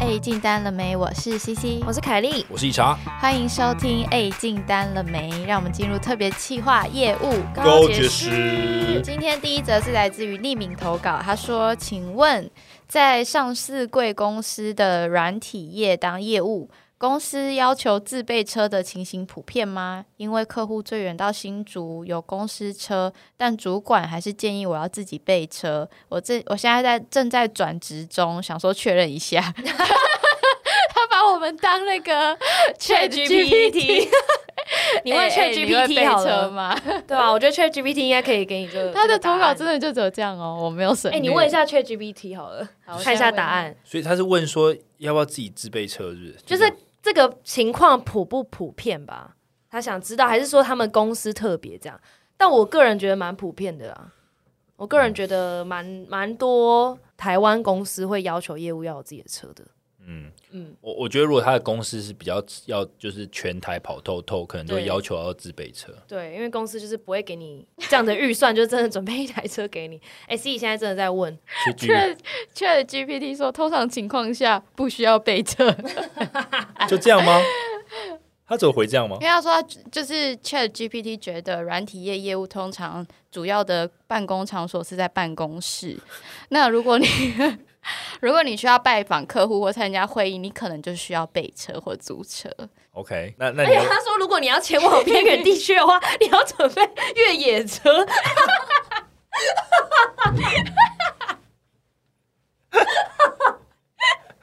哎，进单了没？我是西西，我是凯莉，我是一茶，欢迎收听哎，进单了没？让我们进入特别企划业务高洁师今天第一则是来自于匿名投稿，他说：“请问，在上市贵公司的软体业当业务，公司要求自备车的情形普遍吗？因为客户最远到新竹有公司车，但主管还是建议我要自己备车。我这我现在在正在转职中，想说确认一下。” 他把我们当那 个 Chat GPT， 哎你问 Chat 哎会备 GPT 好车了，吗？对啊吧？我觉得 Chat GPT 应该可以给你这个。他的这个投答案稿真的就只有这样哦，我没有省哎、略。你问一下 Chat GPT 好了，好，我看一下先问答。案。所以他是问说要不要自己自备车，是不是？就是这个情况普不普遍吧？他想知道，还是说他们公司特别这样？但我个人觉得蛮普遍的啦。我个人觉得蛮蛮多台湾公司会要求业务要有自己的车的。嗯嗯我我觉得如果他的公司是比较要就是全台跑透透，可能都会对要求要自备车。对，因为公司就是不会给你这样的预算，就真的准备一台车给你。哎、c 现在真的在问，所以基于 Chat Chat GPT 说，通常情况下不需要备 车，因就这样吗？他只有回这样吗？为哎他说他就是 Chat GPT 觉得软体业业务通常主要的办公场所是在办公室。那如果你 如果你需要拜访客户或参加会议，你可能就需要备车或租车。 OK，那那而你且要他说，如果你要前往偏远地区的话，你要准备越野车。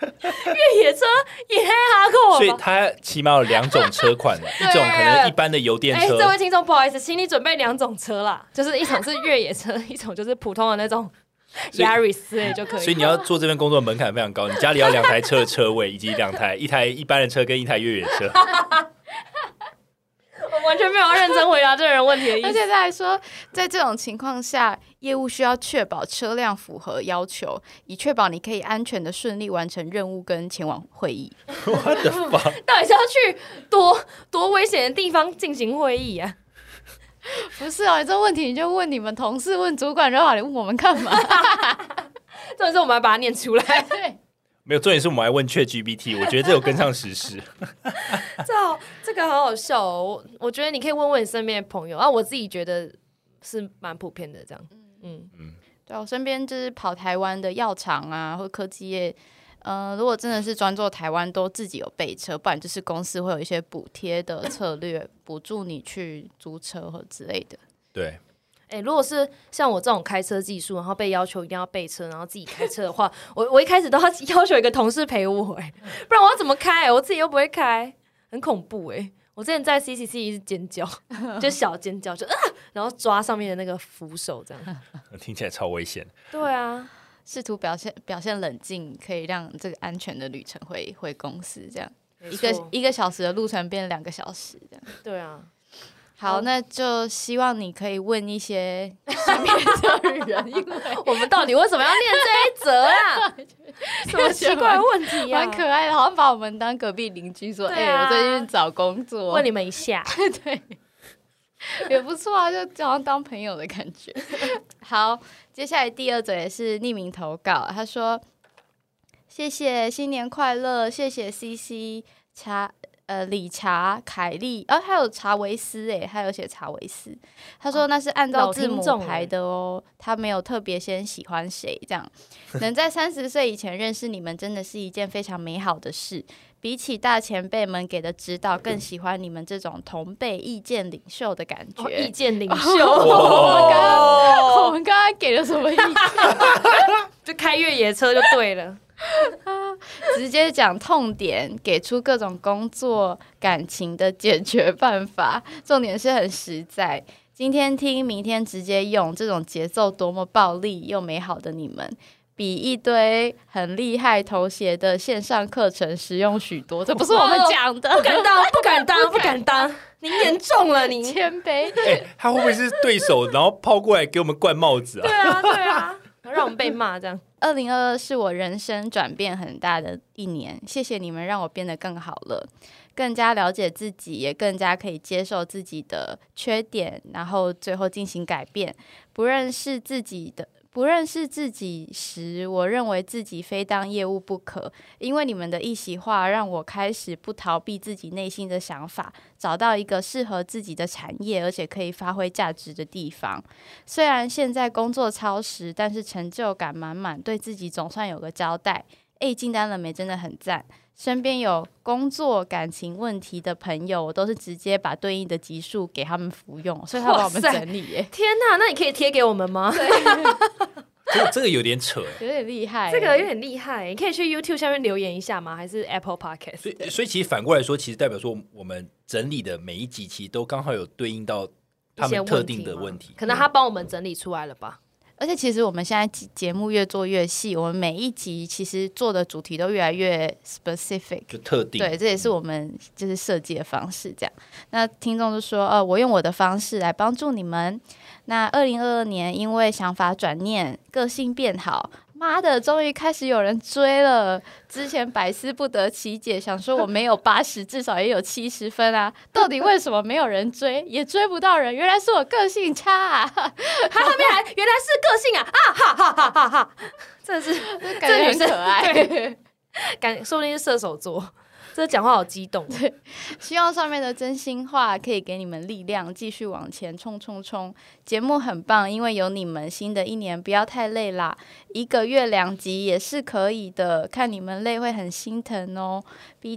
越野车也太哈扣所以了吧！他起码有两种车款， 一种可能一般的油电哎、车这，位听众，不好意思，请你准备两种车啦，就是一种是越野车，一种就是普通的那种所以 Yaris 之类就可以。所以你要做这份工作的门槛非常高，你家里要两台车的车位，以及两 台一台一般的车跟一台越野车。 我完全没有要认真回答这个人问题的 意而思。且他还说，在这种情况下，业务需要确保车辆符合要求，以确保你可以安全的顺利完成任务跟前往会议。我的妈！到底是要去多多危险的地方进行会议啊？不是哦，你这问题你就问你们同事、问主管就好，你问我们 干嘛？重点是我们还把它念出来。对，没有重点是我们还问 Chat GPT，我觉得这有跟上时事。这好，这个好好笑哦！我我觉得你可以问问你身边的朋友啊，我自己觉得是蛮普遍的这样。嗯，对我身边就是跑台湾的药厂啊，或科技业。呃，如果真的是专做台湾，都自己有备车，不然就是公司会有一些补贴的策略，补助你去租车或之类的。对，哎、如果是像我这种开车技术，然后被要求一定要备车，然后自己开车的话，我我一开始都要要求一个同事陪我、哎，不然我要怎么开、我自己又不会开，很恐怖哎、我之前在 CCC 一直尖叫，就小尖叫，就啊，然后抓上面的那个扶手这样。 听起来超危险。对啊，试图表现表现冷静，可以让这个安全的旅程回回公司，这样一一个一个小时的路程变两个小时，这样。对啊，好，好那就希望你可以问一些身边 的人，因为我们到底为什么要念这一则啊？什么奇怪的问题啊呀、蛮可爱的，好像把我们当隔壁邻居说，哎、对啊我最近找工作， 问你们一下，对，也不错啊，就好像当朋友的感 觉。好，接下来第二则也是匿名投稿，他说：“谢谢新年快乐，谢谢 CC 查呃理查凯莉，哦，还有查维斯诶，还有写查维斯。”他说那是按照老字母听众排的哦，他没有特别先喜欢谁这 样。能在三十岁以前认识你们，真的是一件非常美好的事。比起大前辈们给的指导，更喜欢你们这种同辈意见领袖的感觉。哦 意见领我袖，们刚刚给了什么意见？ 就开越野车就对 了。直接讲痛点，给出各种工作、感情的解决办法，重点是很实在。今天听，明天直接用，这种节奏多么暴力又美好的你们，比一堆很厉害头衔的线上课程实用许多。这不是我哦们讲的，不敢当，不敢当，不敢 当，您严重了，您。谦卑。哎、他会不会是对手，然后抛过来给我们冠帽子啊？ 对啊，对啊，让我们被骂这样。二零二二是我人生转变很大的一年，谢谢你们让我变得更好了，更加了解自己，也更加可以接受自己的缺点，然后最后进行改变。不认识自己的，不认识自己时，我认为自己非当业务不可，因为你们的一席话让我开始不逃避自己内心的想法，找到一个适合自己的产业，而且可以发挥价值的地方。虽然现在工作超时，但是成就感满满，对自己总算有个交代。A 进单了没？真的很赞。身边有工作、感情问题的朋友，我都是直接把对应的集数给他们服用，所以他帮我们哇塞整理耶、天哪，那你可以贴给我们吗？这个这个有点扯欸。有点厉害、这个有点厉害，欸你可以去 YouTube 下面留言一下吗？还是 Apple Podcast？所以，所以其实反过来说，其实代表说，我们整理的每一集其实都刚好有对应到他一些们问特定的吗问题。可能他帮我们整理出来了吧？而且其实我们现在节节目越做越细，我们每一集其实做的主题都越来越 specific。就特定对，这也是我们就是设计的方式，这样。那听众就说，呃，我用我的方式来帮助你们。那二零二二年，因为想法转念，个性变好，妈的，终于开始有人追了。之前百思不得其解，想说我没有八十，至少也有七十分啊，到底为什么没有人追，也追不到人？原来是我个性差、啊。他后面还原来是个性啊啊哈哈哈哈哈！真的是感觉很可这女爱。 感，说不定是射手座，这讲话好激动哦。希望上面的真心话可以给你们力量，继续往前冲冲冲！节目很棒，因为有你们，新的一年不要太累啦，一个月两集也是可以的。看你们累会很心疼哦。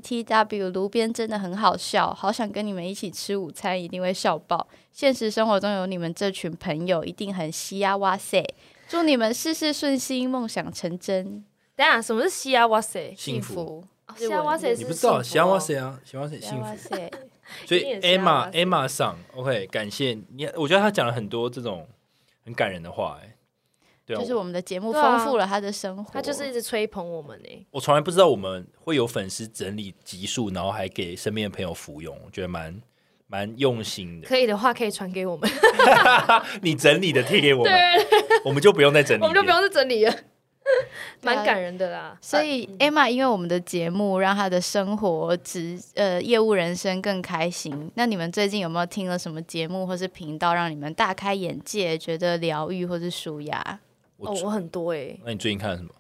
BTW 炉边真的很好笑，好想跟你们一起吃午餐，一定会笑爆。现实生活中有你们这群朋友，一定很稀啊！哇塞，祝你们事事顺心，梦想成真，等一下什么是西啊哇塞？幸福，。西啊哇塞是你不知道幸福香哦哇塞啊，香哇塞幸幸福。福。所以一定也是香哇 Emma 塞 Emma 上 OK，感谢你，我觉得他讲了很多这种很感人的话，哎，对啊，就是我们的节目对啊丰富了他的生活，他就是一直吹捧我们欸呢。我从来不知道我们会有粉丝整理集数，然后还给身边的朋友服用，我觉得蛮蛮用心的。可以的话，可以传给我们，你整理的贴给我们，对，我们就不用再整理一遍，我们就不用去整理了，蛮感人的啦。啊所以嗯 Emma 因为我们的节目，让她的生活职呃业务人生更开心。那你们最近有没有听了什么节目或是频道，让你们大开眼界，觉得疗愈或是舒压？我哦，我很多哎、那你最近看了什么？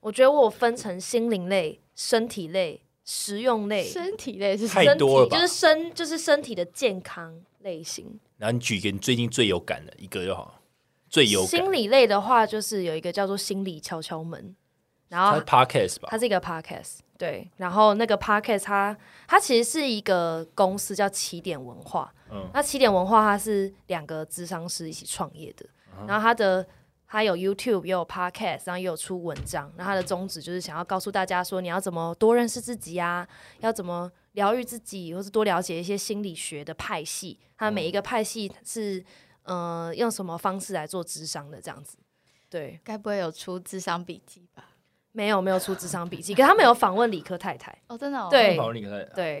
我觉得我有分成心灵类、身体类、实用类，身身体类是什太么？多了体吧就是身就是身体的健康类型。然后你举一个你最近最有感的一个就好，最有感心。理类的话，就是有一个叫做心理敲敲门，然它后是 podcast 吧它，是一个 podcast，对，然后那个 podcast 它它其实是一个公司叫起点文化，嗯那起点文化它是两个智商师一起创业的，啊然后它的。它有 YouTube，也有 Podcast，然后也有出文章。然后它的宗旨就是想要告诉大家说，你要怎么多认识自己啊，要怎么疗愈自己，或是多了解一些心理学的派系。它每一哦个派系是，呃，用什么方式来做智商的这样子。对，该不会有出智商笔记吧？没有没有出智商笔记，可他们有访问理科太太。哦，真的、哦，对跑你个对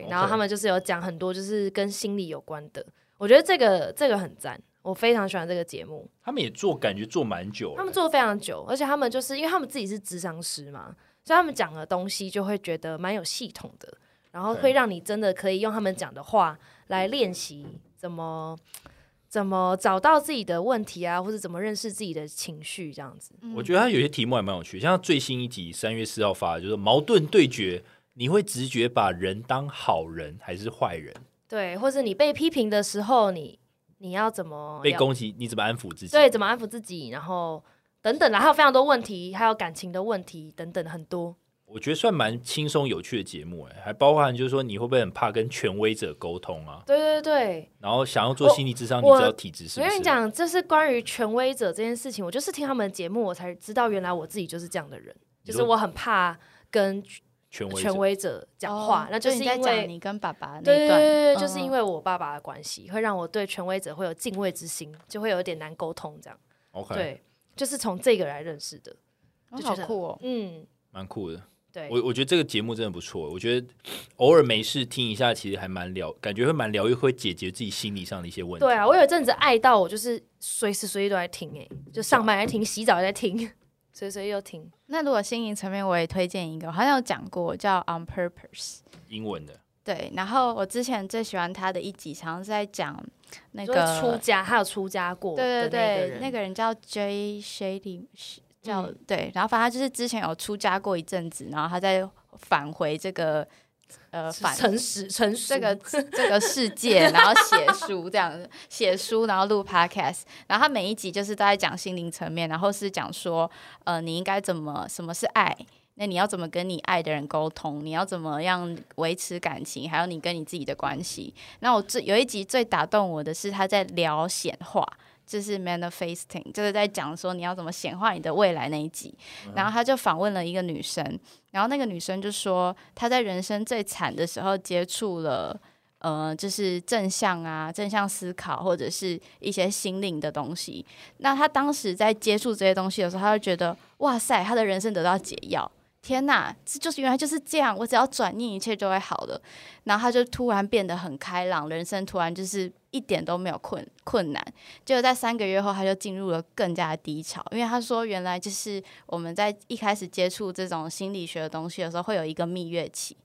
啊OK，然后他们就是有讲很多就是跟心理有关的，我觉得这个这个很赞，我非常喜欢这个节目。他们也做，感觉做蛮久了。他们做得非常久，而且他们就是因为他们自己是智商师嘛，所以他们讲的东西就会觉得蛮有系统的，然后会对让你真的可以用他们讲的话来练习怎么怎么找到自己的问题啊，或者怎么认识自己的情绪这样子。嗯我觉得他有些题目还蛮有趣，像他最新一集三月四号发的，就是矛盾对决，你会直觉把人当好人还是坏人？对，或是你被批评的时候，你你哦要怎么被了攻击，你怎么安抚自己？对，怎么安抚自己，然后等等啦，还有非常多问题，还有感情的问题等等很多。我觉得算蛮轻松有趣的节目，哎，还包含就是说你会不会很怕跟权威者沟通啊？对对对，然后想要做我心理智商，你我知道体质是我不跟你是？讲，这是关于权威者这件事情，我就是听他们的节目，我才知道原来我自己就是这样的人，你就是说我很怕跟权威权者，威者讲话，那就是哦所以你因在讲为。你跟爸爸那对对一对段，对，嗯就是因为我爸爸的关系，会让我对权威者会有敬畏之心，就会有点难沟通这样。 ，OK，对，就是从这个来认识的。哦就觉好得酷哦。嗯，蛮酷的。对，我我觉得这个节目真的不错，我觉得偶尔没事听一下，其实还蛮疗，感觉会蛮疗愈，会解决自己心理上的一些问题。对啊，我有一阵子爱到我就是随时随地都在听、欸，就上班也在听，洗澡也在听，随时随地都听。那如果心灵层面，我也推荐一个，我好像有讲过，叫 On Purpose。英文的对，然后我之前最喜欢他的一集，常常是在讲那就个是出家，他有出家过对对的对，那个人个人叫 J Shady，是叫、嗯对，然后反正他就是之前有出家过一阵子，然后他再返回这个呃返诚实诚实这个这个世界，然后写书这样子，写书然后录 podcast，然后他每一集就是都在讲心灵层面，然后是讲说呃你应该怎么什么是爱。那你要怎么跟你爱的人沟通？你要怎么样维持感情？还有你跟你自己的关系？那我最有一集最打动我的是他在聊显化，就是 manifesting，就是在讲说你要怎么显化你的未来那一集。然后他就访问了一个女生，然后那个女生就说她在人生最惨的时候接触了。呃，就是正向啊，正向思考或者是一些心灵的东西。那她当时在接触这些东西的时候，她就觉得哇塞，她的人生得到解药。天呐，这就是原来就是这样，我只要转念，一切就会好了。然后她就突然变得很开朗，人生突然就是一点都没有困困难。结果在三个月后，她就进入了更加的低潮，因为她说原来就是我们在一开始接触这种心理学的东西的时候，会有一个蜜月期。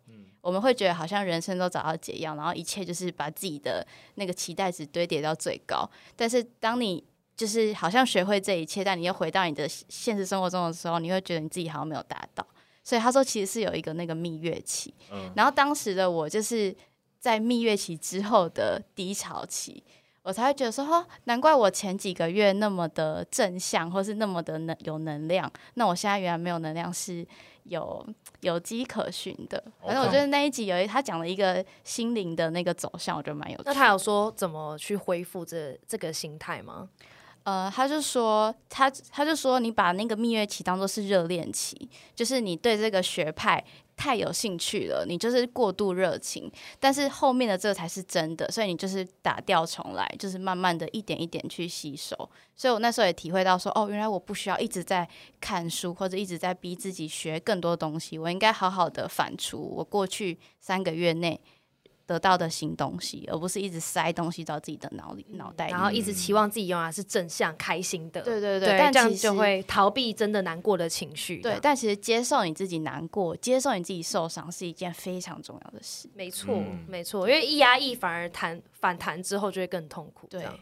我们会觉得好像人生都找到解药，然后一切就是把自己的那个期待值堆叠到最高。但是当你就是好像学会这一切，但你又回到你的现实生活中的时候，你会觉得你自己好像没有达到。所以他说，其实是有一个那个蜜月期。嗯然后当时的我就是在蜜月期之后的低潮期，我才会觉得说，哦，难怪我前几个月那么的正向，或是那么的能有能量。那我现在原来没有能量，是有有迹可循的。反正我 OK 觉得那一集有一他讲了一个心灵的那个走向，我觉得蛮有趣的。那他有说怎么去恢复这这个心态吗？呃，他就说他他就说你把那个蜜月期当做是热恋期，就是你对这个学派太有兴趣了，你就是过度热情，但是后面的这才是真的，所以你就是打掉重来，就是慢慢的一点一点去吸收。所以我那时候也体会到说，哦，原来我不需要一直在看书或者一直在逼自己学更多东西，我应该好好的反刍我过去三个月内。得到的新东西，而不是一直塞东西到自己的脑里、脑袋里然后一直期望自己永远是正向、开心的，对对对，对，但这样其实就会逃避真的难过的情绪。这对，样但其实接受你自己难过，接受你自己受伤是一件非常重要的事。没错，嗯没错，因为一压抑反而弹反弹之后就会更痛苦。这对样，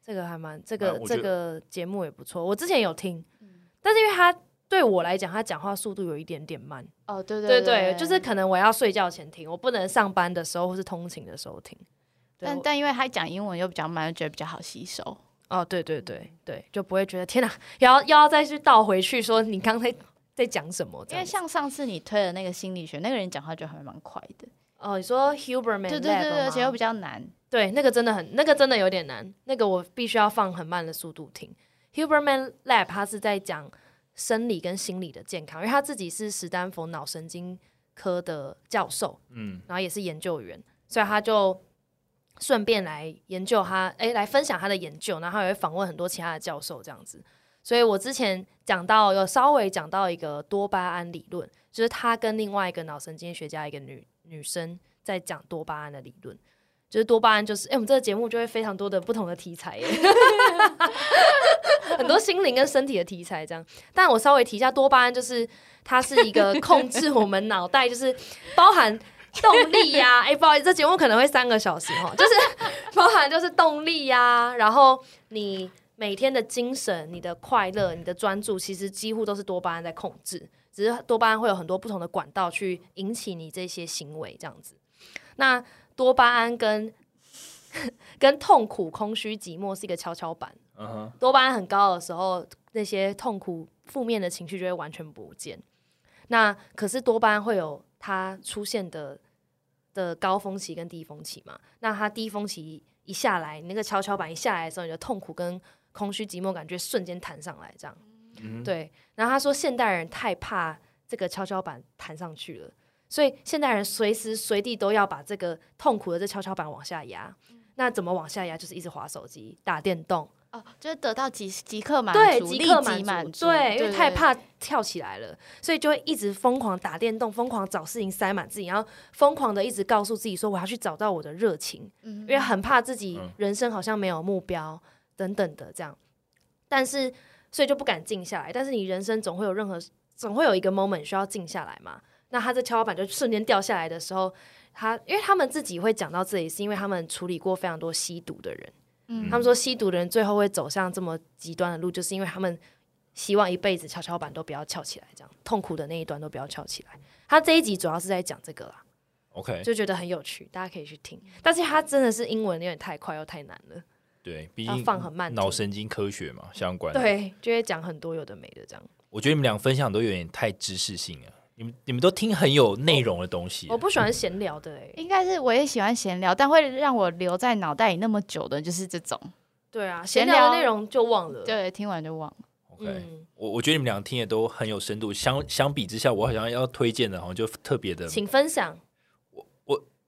这个还蛮这啊个我觉这得个节目也不错，我之前有听，嗯但是因为他对我来讲，他讲话速度有一点点慢。哦，对对对对，就是可能我要睡觉前听，我不能上班的时候或是通勤的时候听。对但我但因为他讲英文又比较慢，就觉得比较好吸收。哦，对对对对，就不会觉得天哪，要要再去倒回去说你刚才在讲什么因为这样子？像上次你推的那个心理学，那个人讲话就还蛮快的，哦，你说 Huberman 对对对 Lab 对，而且吗又比较难。对，那个真的很，那个真的有点难，那个我必须要放很慢的速度听。Huberman Lab 它是在讲生理跟心理的健康，因为他自己是史丹佛脑神经科的教授，嗯，然后也是研究员，所以他就顺便来研究他，诶，来分享他的研究，然后他也会访问很多其他的教授这样子。所以我之前讲到有稍微讲到一个多巴胺理论，就是他跟另外一个脑神经学家一个女女生在讲多巴胺的理论。就是多巴胺，就是诶，我们这个节目就会非常多的不同的题材耶， 很多心灵跟身体的题材这样。但我稍微提一下，多巴胺就是它是一个控制我们脑袋，就是包含动力呀、哎、不好意思，这节目可能会三个小时哈， 就是包含就是动力呀、然后你每天的精神、你的快乐、你的专注，其实几乎都是多巴胺在控制，只是多巴胺会有很多不同的管道去引起你这些行为这样子。那多巴胺跟 跟痛苦、空虚、寂寞是一个跷跷板，嗯哼，多巴胺很高的时候，那些痛苦、负面的情绪就会完全不见。那可是多巴胺会有它出现的的高峰期跟低峰期嘛？那它低峰期一下来，你那个跷跷板一下来的时候，你的痛苦跟空虚、寂寞感觉瞬间弹上来，这样。嗯对，然后他说现代人太怕这个跷跷板弹上去了，所以现代人随时随地都要把这个痛苦的这跷跷板往下压。那怎么往下压？就是一直划手机、打电动，哦，就是得到即即刻满对，足，即立刻即满足，足，对，因为太怕跳起来了，所以就会一直疯狂打电动，疯狂找事情塞满自己，然后疯狂的一直告诉自己说我要去找到我的热情，因因为很怕自己嗯人生好像没有目标等等的这样，但是所以就不敢静下来。但是你人生总会有任何总会有一个 moment 需要静下来嘛。那他这跷跷板就瞬间掉下来的时候，他因为他们自己会讲到这里，是因为他们处理过非常多吸毒的人。嗯他们说吸毒的人最后会走向这么极端的路，就是因为他们希望一辈子跷跷板都不要翘起来，这样痛苦的那一端都不要翘起来。他这一集主要是在讲这个啦， OK，就觉得很有趣，大家可以去听。但是他真的是英文有点太快又太难了，对，毕要竟放很慢脑听神经科学嘛相关。， 对，就会讲很多有的没的这样。我觉得你们俩分享都有点太知识性了，你们你们都听很有内容的东西啊我。不喜欢闲聊的、欸，应该是我也喜欢闲聊，但会让我留在脑袋里那么久的，就是这种。对啊，闲闲聊聊的内容就忘了，，对，听完就忘了。 OK，嗯，我我觉得你们俩听也都很有深度。相相比之下，我好像要推荐的，好像就特别的请分享。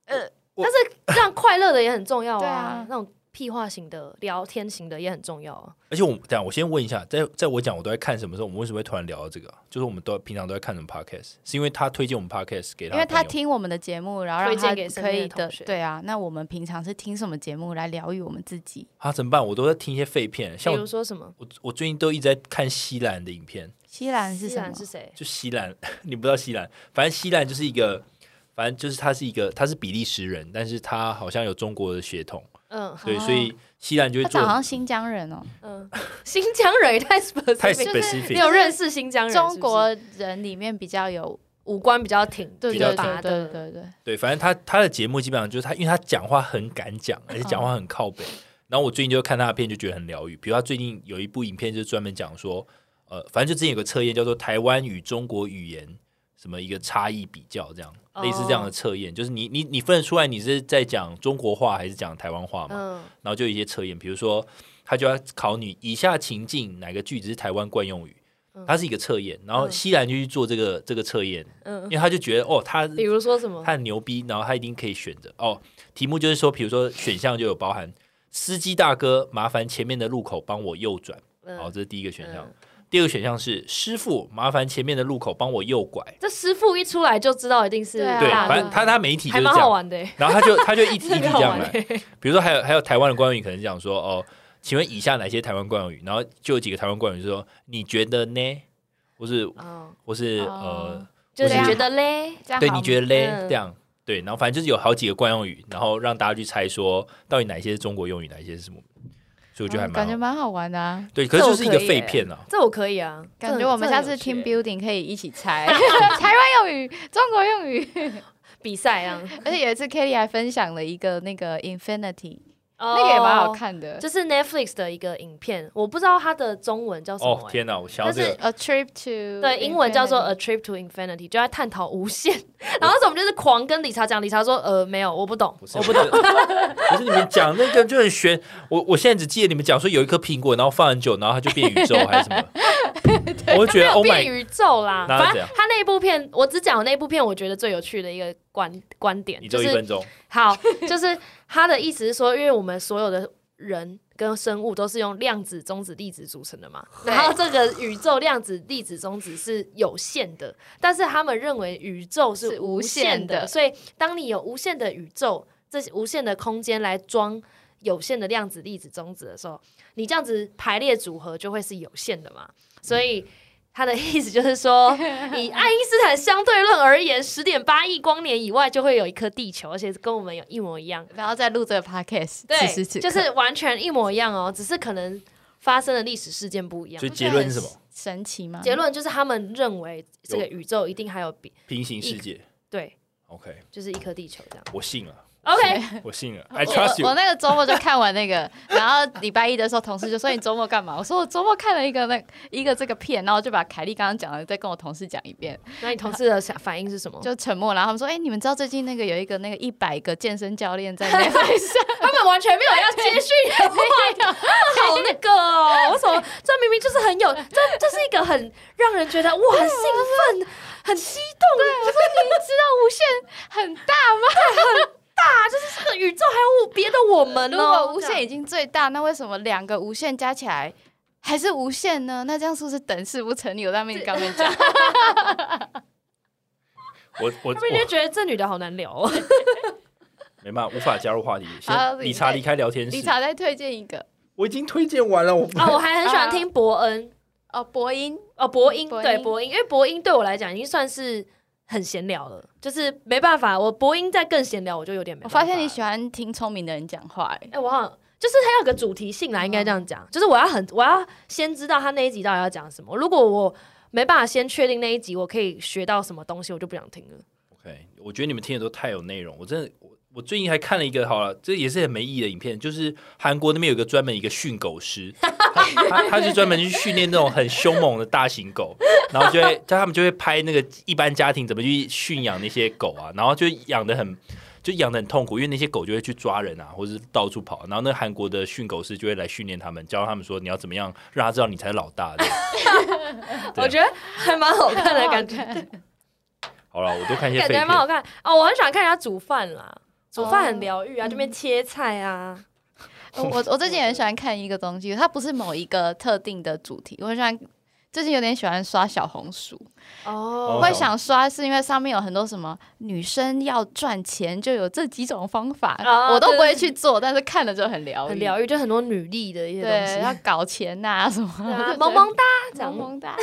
呃，但是让快乐的也很重要对啊，啊那种屁话型的、聊天型的也很重要啊。而且我们等一下我先问一下，在在我讲我都在看什么时候，我们为什么会突然聊到这个啊、就是我们都平常都在看什么 podcast，是因为他推荐我们 podcast 给他因的朋友，为他听我们的节目，然后让推荐他给身可边以的同的，学对啊。那我们平常是听什么节目来疗愈我们自己？啊怎么办？我都在听一些废片，比像如我说什么？我我最近都一直在看西兰的影片，西兰是西什么兰？是谁？就西兰， 你不知道西兰，反正西兰就是一个，反正就是他是一个他是比利时人，但是他好像有中国的血统，嗯对，哦所以西兰就他会做长好像新疆人哦， 嗯，新疆人也太太 specific，你 specific，有认识新嗯疆人是不中是？国人里面比较有，五官比较挺，对比对较对大对的对对，对，反正他他的节目基本上就是他，因为他讲话很敢讲，而且讲嗯话很靠北。然后我最近就看他的片，就觉得很疗愈。比如他最近有一部影片，就是专门讲说，呃，反正就之前有个测验叫做台湾与中国语言什么一个差异比较，这样类似这样的哦测验，就是你你你分得出来你是在讲中国话还是讲台湾话嘛？嗯，然后就有一些测验，比如说他就要考你以下情境哪个句子是台湾惯用语，它是一个测验。然后西兰就去做这个这个测验，嗯因为他就觉得哦，他比如说什么？他很牛逼，然后他一定可以选择哦。题目就是说，比如说选项就有包含司机大哥，麻烦前面的路口帮我右转。好，嗯，这是第一个选项嗯。第二个选项是师傅，麻烦前面的路口帮我右拐。这师傅一出来就知道一定是对啊对，大反的正他他媒体就还是蛮这好样，玩的欸， 然后他就他 就一题一题很这好样玩来。欸。比如说还有还有台湾的官员可能讲说哦，请问以下哪些台湾官员？然后就有几个台湾官员就说你觉得呢？或是哦，或是哦呃，就是我是觉得嘞，这样对，好你吗觉得嘞？嗯这样对，然后反正就是有好几个惯用语，然后让大家去猜说到底哪一些是中国用语，哪一些是什么，所以我觉得还嗯感蛮觉好、蛮好玩的啊。对，可是就哦这我是一个可以废耶片啊。这我可以啊，感这觉我们这下很次有趣 team 欸 building 可以一起猜 台湾用语、中国用语， 比赛啊，而且有一次 Kelly 还分享了一个那个 Infinity，那 那个也蛮好看的，哦就是 Netflix 的一个影片，我不知道它的中文叫什么、哦欸天哪，我想到但这是个， A Trip to 对，英文叫做 Infinity A Trip to Infinity，就在探讨无限。然后那时候我们就是狂跟理查讲，理查说呃没有，我不懂，我不懂， 可是你们讲那个就很悬。我我现在只记得你们讲说有一颗苹果，然后放很久，然后它就变宇宙还是什 么，我就觉得 Oh 变 my，宇宙啦。那是反怎正样他那一部片，我只讲那一部片，我觉得最有趣的一个观观点你就就一是分钟，好，就是他的意思是说，因为我们所有的人跟生物都是用量子、中子、粒子组成的嘛，对然后这个宇宙量子、粒子、中子是有限的，但是他们认为宇宙是是无无限限的，的所以当你有无限的宇宙，这些无限的空间来装。有限的量子、粒子、中子的时候，你这样子排列组合就会是有限的嘛？所以他的意思就是 说，以爱因斯坦相对论而言，十点八亿光年以外就会有一颗地球，而且跟我们有一模一样。然后再录这个 podcast，对，此时此刻就是完全一模一样哦，只是可能发生的历史事件不一样所以。结论是什么？神奇吗？结论就是他们认为这个宇宙一定还有比平行世一界。对， OK，就是一颗地球这样。我信了， OK，我信 了，I 我 trust 我 you。那个周末就看完那个， 然后礼拜一的时候，同事就说你周末干嘛？我说我周末看了一个那一个这个片，然后就把凯莉刚刚讲的再跟我同事讲一遍，那你同事的想反应是什么？就沉默。然后他们说，哎、你们知道最近那个有一个那个一百个健身教练在 Netflix 上，他们完全没有要接 续你的话，好那个哦，为什么？这明明就是很有，这这是一个很让人觉得哇很兴奋、很激动。对，我说你知道无限很大。大，就是这个宇宙还有别的我们如哦。果无这限样已经最大，那为什么两个无限加起来还是无限呢？那这样是不是等式不成立？我在面刚 面讲，我我他们就我觉得这女的好难聊哦。没办法，无法加入话题。好先理查离开聊天理室，查再推荐一个我已经推荐完了，我啊，我还很喜欢听伯恩哦，博音哦，伯音伯对音伯音，因为伯音对我来讲已经算是很闲聊了，就是没办法，我播音再更闲聊，我就有点没我办法了。发现你喜欢听聪明的人讲话、欸，哎、我好像就是它有个主题性啦，应嗯该这样讲，就是我要很我要先知道他那一集到底要讲什么。如果我没办法先确定那一集我可以学到什么东西，我就不想听了。 OK，我觉得你们听的都太有内容，我真的我我最近还看了一个好了，这也是很没意义的影片，就是韩国那边有个专门一个训狗 师，他他他是专门去训练那种很凶猛的大型 狗，然后就会他们就会拍那个一般家庭怎么去驯养那些狗啊，然后就养的很。就养的很痛苦，因为那些狗就会去抓人啊，或者是到处跑。然后那韩国的训狗师就会来训练他们，教他们说你要怎么样让他知道你才是老大的。对啊我觉得还蛮好看的感觉，好了，我都看一些感废觉片还蛮。好看哦。我很喜欢看人家煮饭啦，煮饭哦很疗嗯愈啊，这边切菜啊，我我我最近也很喜欢看一个东西，它不是某一个特定的主题，我很喜欢。最近有点喜欢刷小红书，哦我会想刷是因为上面有很多什么女生要赚钱就有这几种方法，哦我都不会对去做，但是看了就很疗愈，很疗愈，就很多女力的一些东对，要 西。搞钱呐、什么对的，啊，萌萌哒这萌样。萌哒，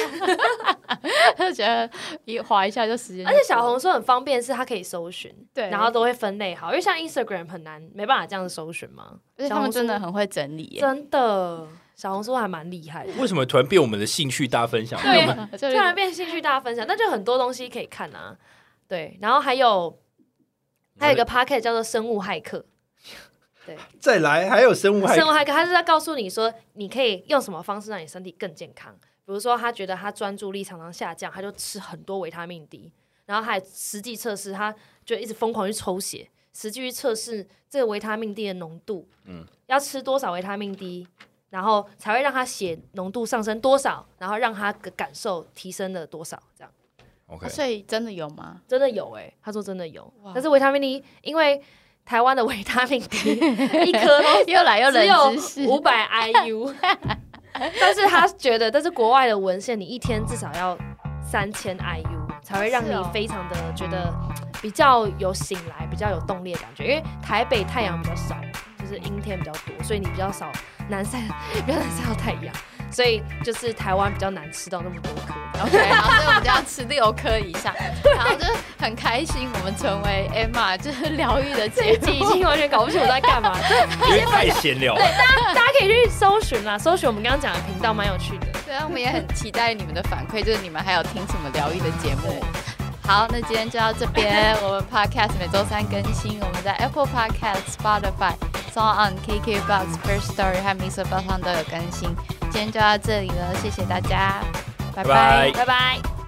就觉得一划一下就时间就过而了，且小红书很方便，是它可以搜寻，对然后都会分类好，因为像 Instagram 很难，没办法这样搜寻嘛。而且他们真的很会整理耶，真的，小红书还蛮厉害的。为什么突然变我们的兴趣大分享？对啊因为我们 就突然变兴趣大分享，那就很多东西可以看啊。对，然后还有还有一个 p o c a s t 叫做《生物骇客再来还有生物》，还生物骇客，他是在告诉你说，你可以用什么方式让你身体更健康。比如说，他觉得他专注力常常下降，他就吃很多维他命 D，然后还实际测试，他就一直疯狂去抽血，实际去测试这个维他命 D 的浓度，嗯，要吃多少维他命 D，然后才会让他血浓度上升多少，然后让他的感受提升了多少，这样。 OK，啊所以真的有 吗？真的有哎、他说真的有哇，但是维他命 D，因为台湾的维他命 D 一颗都又来又只冷知识有，五百 IU，但是他觉得，但是国外的文献，你一天至少要三千 IU 才会让是你哦非常的觉得比较有醒来，比较有动力的感觉。因为台北太阳比较少，就是阴天比较多，所以你比较少难晒，比较难晒到太阳，所以就是台湾比较难吃到那么多颗。 OK，好，所以我们就要吃六颗以上，然后就是很开心，我们成为 Emma 就是疗愈的这结一 集已经晶。完全搞不清我在干嘛，因为太闲聊了。大家可以去搜寻啦，搜寻我们刚刚讲的频道，蛮有趣的。对啊，我们也很期待你们的反馈，就是你们还有听什么疗愈的节目对。好，那今天就到这边。我们 Podcast 每周三更新，我们在 Apple Podcast、Spotify、s o n On、KKBox、First Story 和 Mr. b o 上都有更新。今天就到这里了，谢谢大家，拜拜拜拜拜。